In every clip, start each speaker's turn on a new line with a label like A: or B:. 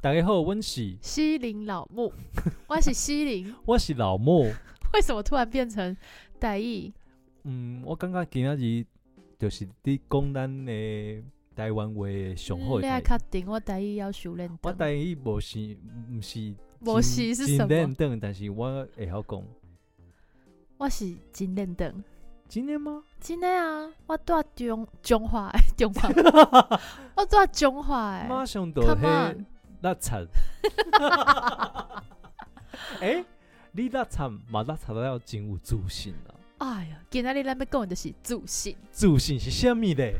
A: 大家好，温喜，
B: 西林老木， 我是西林，
A: 我是老莫。
B: 为什么突然变成台语？
A: 嗯，我感觉今仔日就是你讲咱的台湾话的上好
B: 嗯你
A: 的
B: 要
A: 台语。
B: 确定我台语要修炼
A: 我
B: 的。
A: 台语无是，毋是
B: 无是是什么
A: 真认但是我会晓讲。
B: 我是真认真，
A: 真的吗？
B: 真的啊！我住中中华 的，中华，我住中华的。
A: 马上就
B: 哎 Come
A: 迄
B: on，
A: 垃圾。诶、你垃圾嘛垃圾了真有自信啊！
B: 哎呀，今天咱们讲的就是自信。
A: 自信是虾米咧？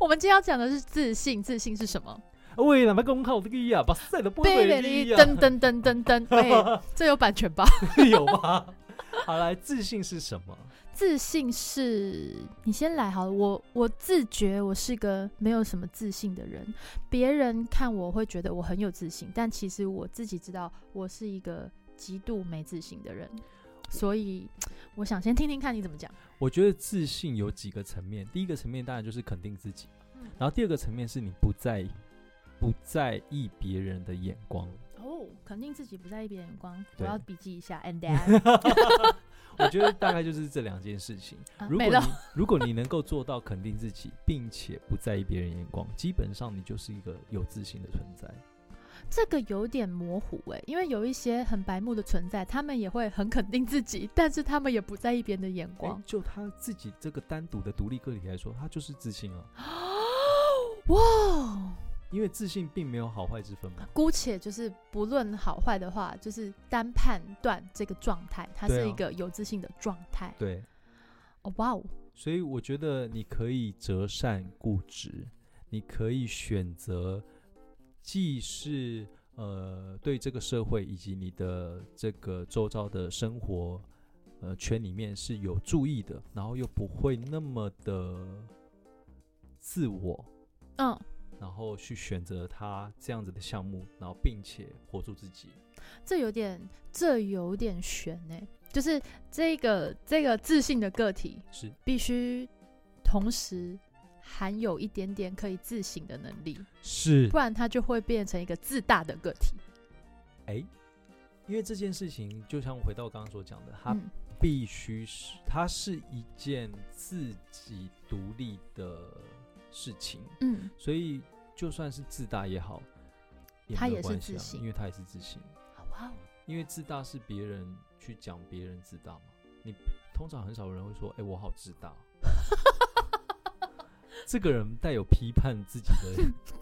B: 我们今天要讲的是自信，自信是什么？
A: 喂，哪么讲靠这个呀？把赛都不会
B: 哩
A: 呀？
B: 噔噔噔噔噔， 喂，这有版权吧？
A: 有吗？好来，自信是什么？
B: 自信是你先来好了，我我自觉我是个没有什么自信的人，别人看我会觉得我很有自信，但其实我自己知道我是一个极度没自信的人，所以我想先听听看你怎么讲。
A: 我觉得自信有几个层面，第一个层面当然就是肯定自己，
B: 嗯
A: 然后第二个层面是你不在意，不在意别人的眼 光。
B: 哦，肯定自己不在意别人眼光，我
A: 对
B: 要笔记一 下。And then，
A: 我觉得大概就是这两件事情。
B: 啊
A: 如
B: 没
A: 果
B: 了
A: 你 如果你能够做到肯定自己，并且不在意别人眼光，基本上你就是一个有自信的存在。
B: 这个有点模糊哎、因为有一些很白目的存在，他们也会很肯定自己，但是他们也不在意别人的眼
A: 诶
B: 光。
A: 就他自己这个单独的独立个体来说，他就是自信啊，
B: 哇！
A: 因为自信并没有好坏之分 嘛。
B: 姑且就是不论好坏的话，就是单判断这个状态，它
A: 对啊
B: 是一个有自信的状态。
A: 对，
B: 哦，哇哦，
A: 所以我觉得你可以择善固执，你可以选择，既是呃对这个社会以及你的这个周遭的生活呃圈里面是有注意的，然后又不会那么的自我，
B: 嗯，
A: 然后去选择它这样子的项目，然后并且活出自己。
B: 这有点，这有点悬呢、就是这个这个自信的个体
A: 是
B: 必须同时含有一点点可以自省的能力，
A: 是
B: 不然它就会变成一个自大的个体。
A: 哎、因为这件事情就像回到刚刚所讲的，它
B: 嗯，
A: 必须是，它是一件自己独立的事情，
B: 嗯，
A: 所以就算是自大也好，也
B: 他
A: 没有
B: 也是
A: 关系
B: 自
A: 啊
B: 信
A: 因为他也是自信，
B: 哇哦，
A: 因为自大是别人去讲别人自大嘛，你通常很少有人会说，哎、我好自大。 这个人带有批判自己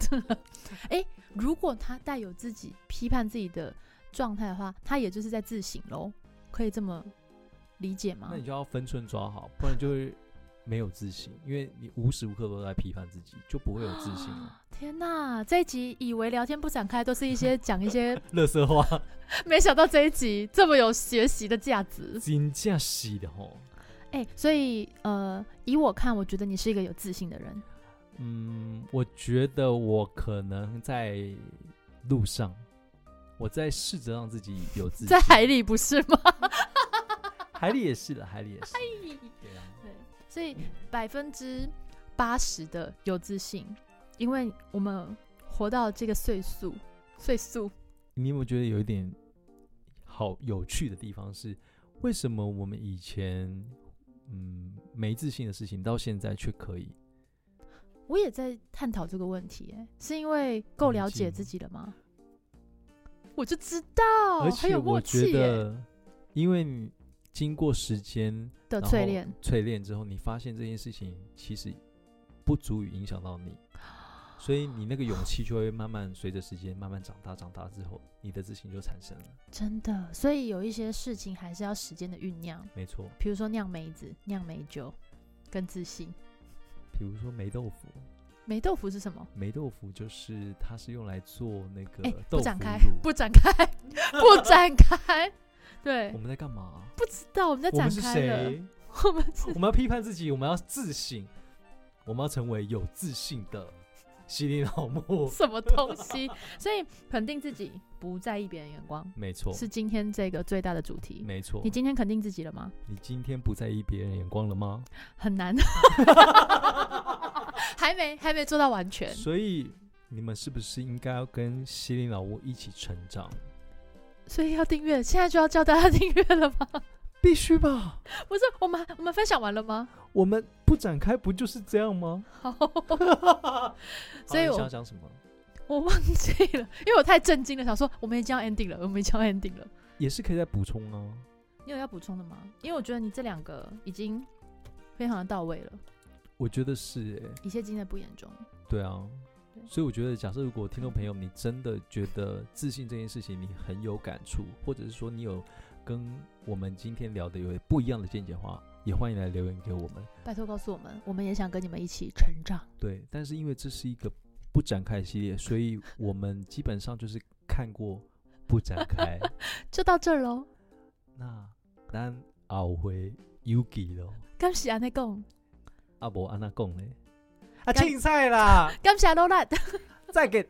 A: 的
B: 如果他带有自己批判自己的状态的话，他也就是在自省喽，可以这么理解吗
A: 那？你就要分寸抓好，不然就会没有自信，因为你无时无刻都在批判自己，就不会有自信了。
B: 天呐，这一集以为聊天不展开都是一些讲 一些，
A: 乐色话，
B: 没想到这一集这么有学习的价值。
A: 真正是的吼。
B: 哎、所以呃，以我看，我觉得你是一个有自信的人。
A: 嗯，我觉得我可能在路上，我在试着让自己有自信
B: 在。海里不是吗？
A: 海里也是的，海里也是。对啊，
B: 所以百分之八十的有自信，因为我们活到这个岁数，岁数
A: 你有没有觉得有一点好有趣的地方是，为什么我们以前嗯没自信的事情，到现在却可以？
B: 我也在探讨这个问题、哎，是因为够了解自己了吗？我就知道，
A: 而
B: 很
A: 且
B: 哦有默
A: 我
B: 契
A: 觉
B: 欸耶、
A: 得，因为你经过时间
B: 的
A: 然
B: 淬
A: 后
B: 炼。
A: 淬炼之后，你发现这件事情其实不足以影响到 你，所以你那个勇气就会慢慢随着时间慢慢长大，长大之后，你的自信就产生了。
B: 真的，所以有一些事情还是要时间的酝酿，
A: 没错，
B: 比如说酿梅子、酿梅酒，跟自信。
A: 比如说梅豆腐，
B: 梅豆腐是什么？
A: 梅豆腐就是它是用来做那个
B: 哎、
A: 豆
B: 不
A: 腐
B: 展开
A: 乳，。
B: 不 展开，不展开。对
A: 我，们在干嘛、啊
B: 不知道我们在
A: 我
B: 展
A: 们是
B: 开了。
A: 谁？
B: 我们是
A: 我们要批判自己，我们要自省，我们要成为有自信的西林老 木。
B: 什么东西？所以肯定自己，不在意别人眼光，
A: 没错，
B: 是今天这个最大的主题。
A: 没错
B: 你。今天肯定自己了吗？
A: 你今天不在意别人眼光了吗？
B: 很难，还没还没做到完全。
A: 所以你们是不是应该要跟西林老屋一起成长？
B: 所以要订阅，现在就要叫大家订阅了吗？
A: 必须吧？
B: 不是，我们我们分享完了吗？
A: 我们不展开不就是这样吗？
B: 好，所
A: 所啊
B: 以
A: 你
B: 我
A: 想讲什么？
B: 我忘记了，因为我太震惊了，想说我们已经要 ending 了，我们已经要 ending 了。
A: 也是可以再补充啊。
B: 你有要补充的吗？因为我觉得你这两个已经非常的到位了，
A: 我觉得是、欸，
B: 一切尽在不言中。
A: 对啊
B: 对。
A: 所以我觉得，假设如果听众朋友你真的觉得自信这件事情你很有感触，或者是说你有跟我们今天聊的有不一样的见解的话，也欢迎来留言给我们。
B: 拜托告诉我们，我们也想跟你们一起成长。
A: 对，但是因为这是一个不展开的系列，所以我们基本上就是看过不展开。
B: 就到这儿喽，
A: 那咱后回 Yuki 咯，
B: 感谢安内贡，
A: 阿伯安娜讲嘞，啊，
B: 干
A: 青菜啦，
B: 感谢老兰。
A: 再给。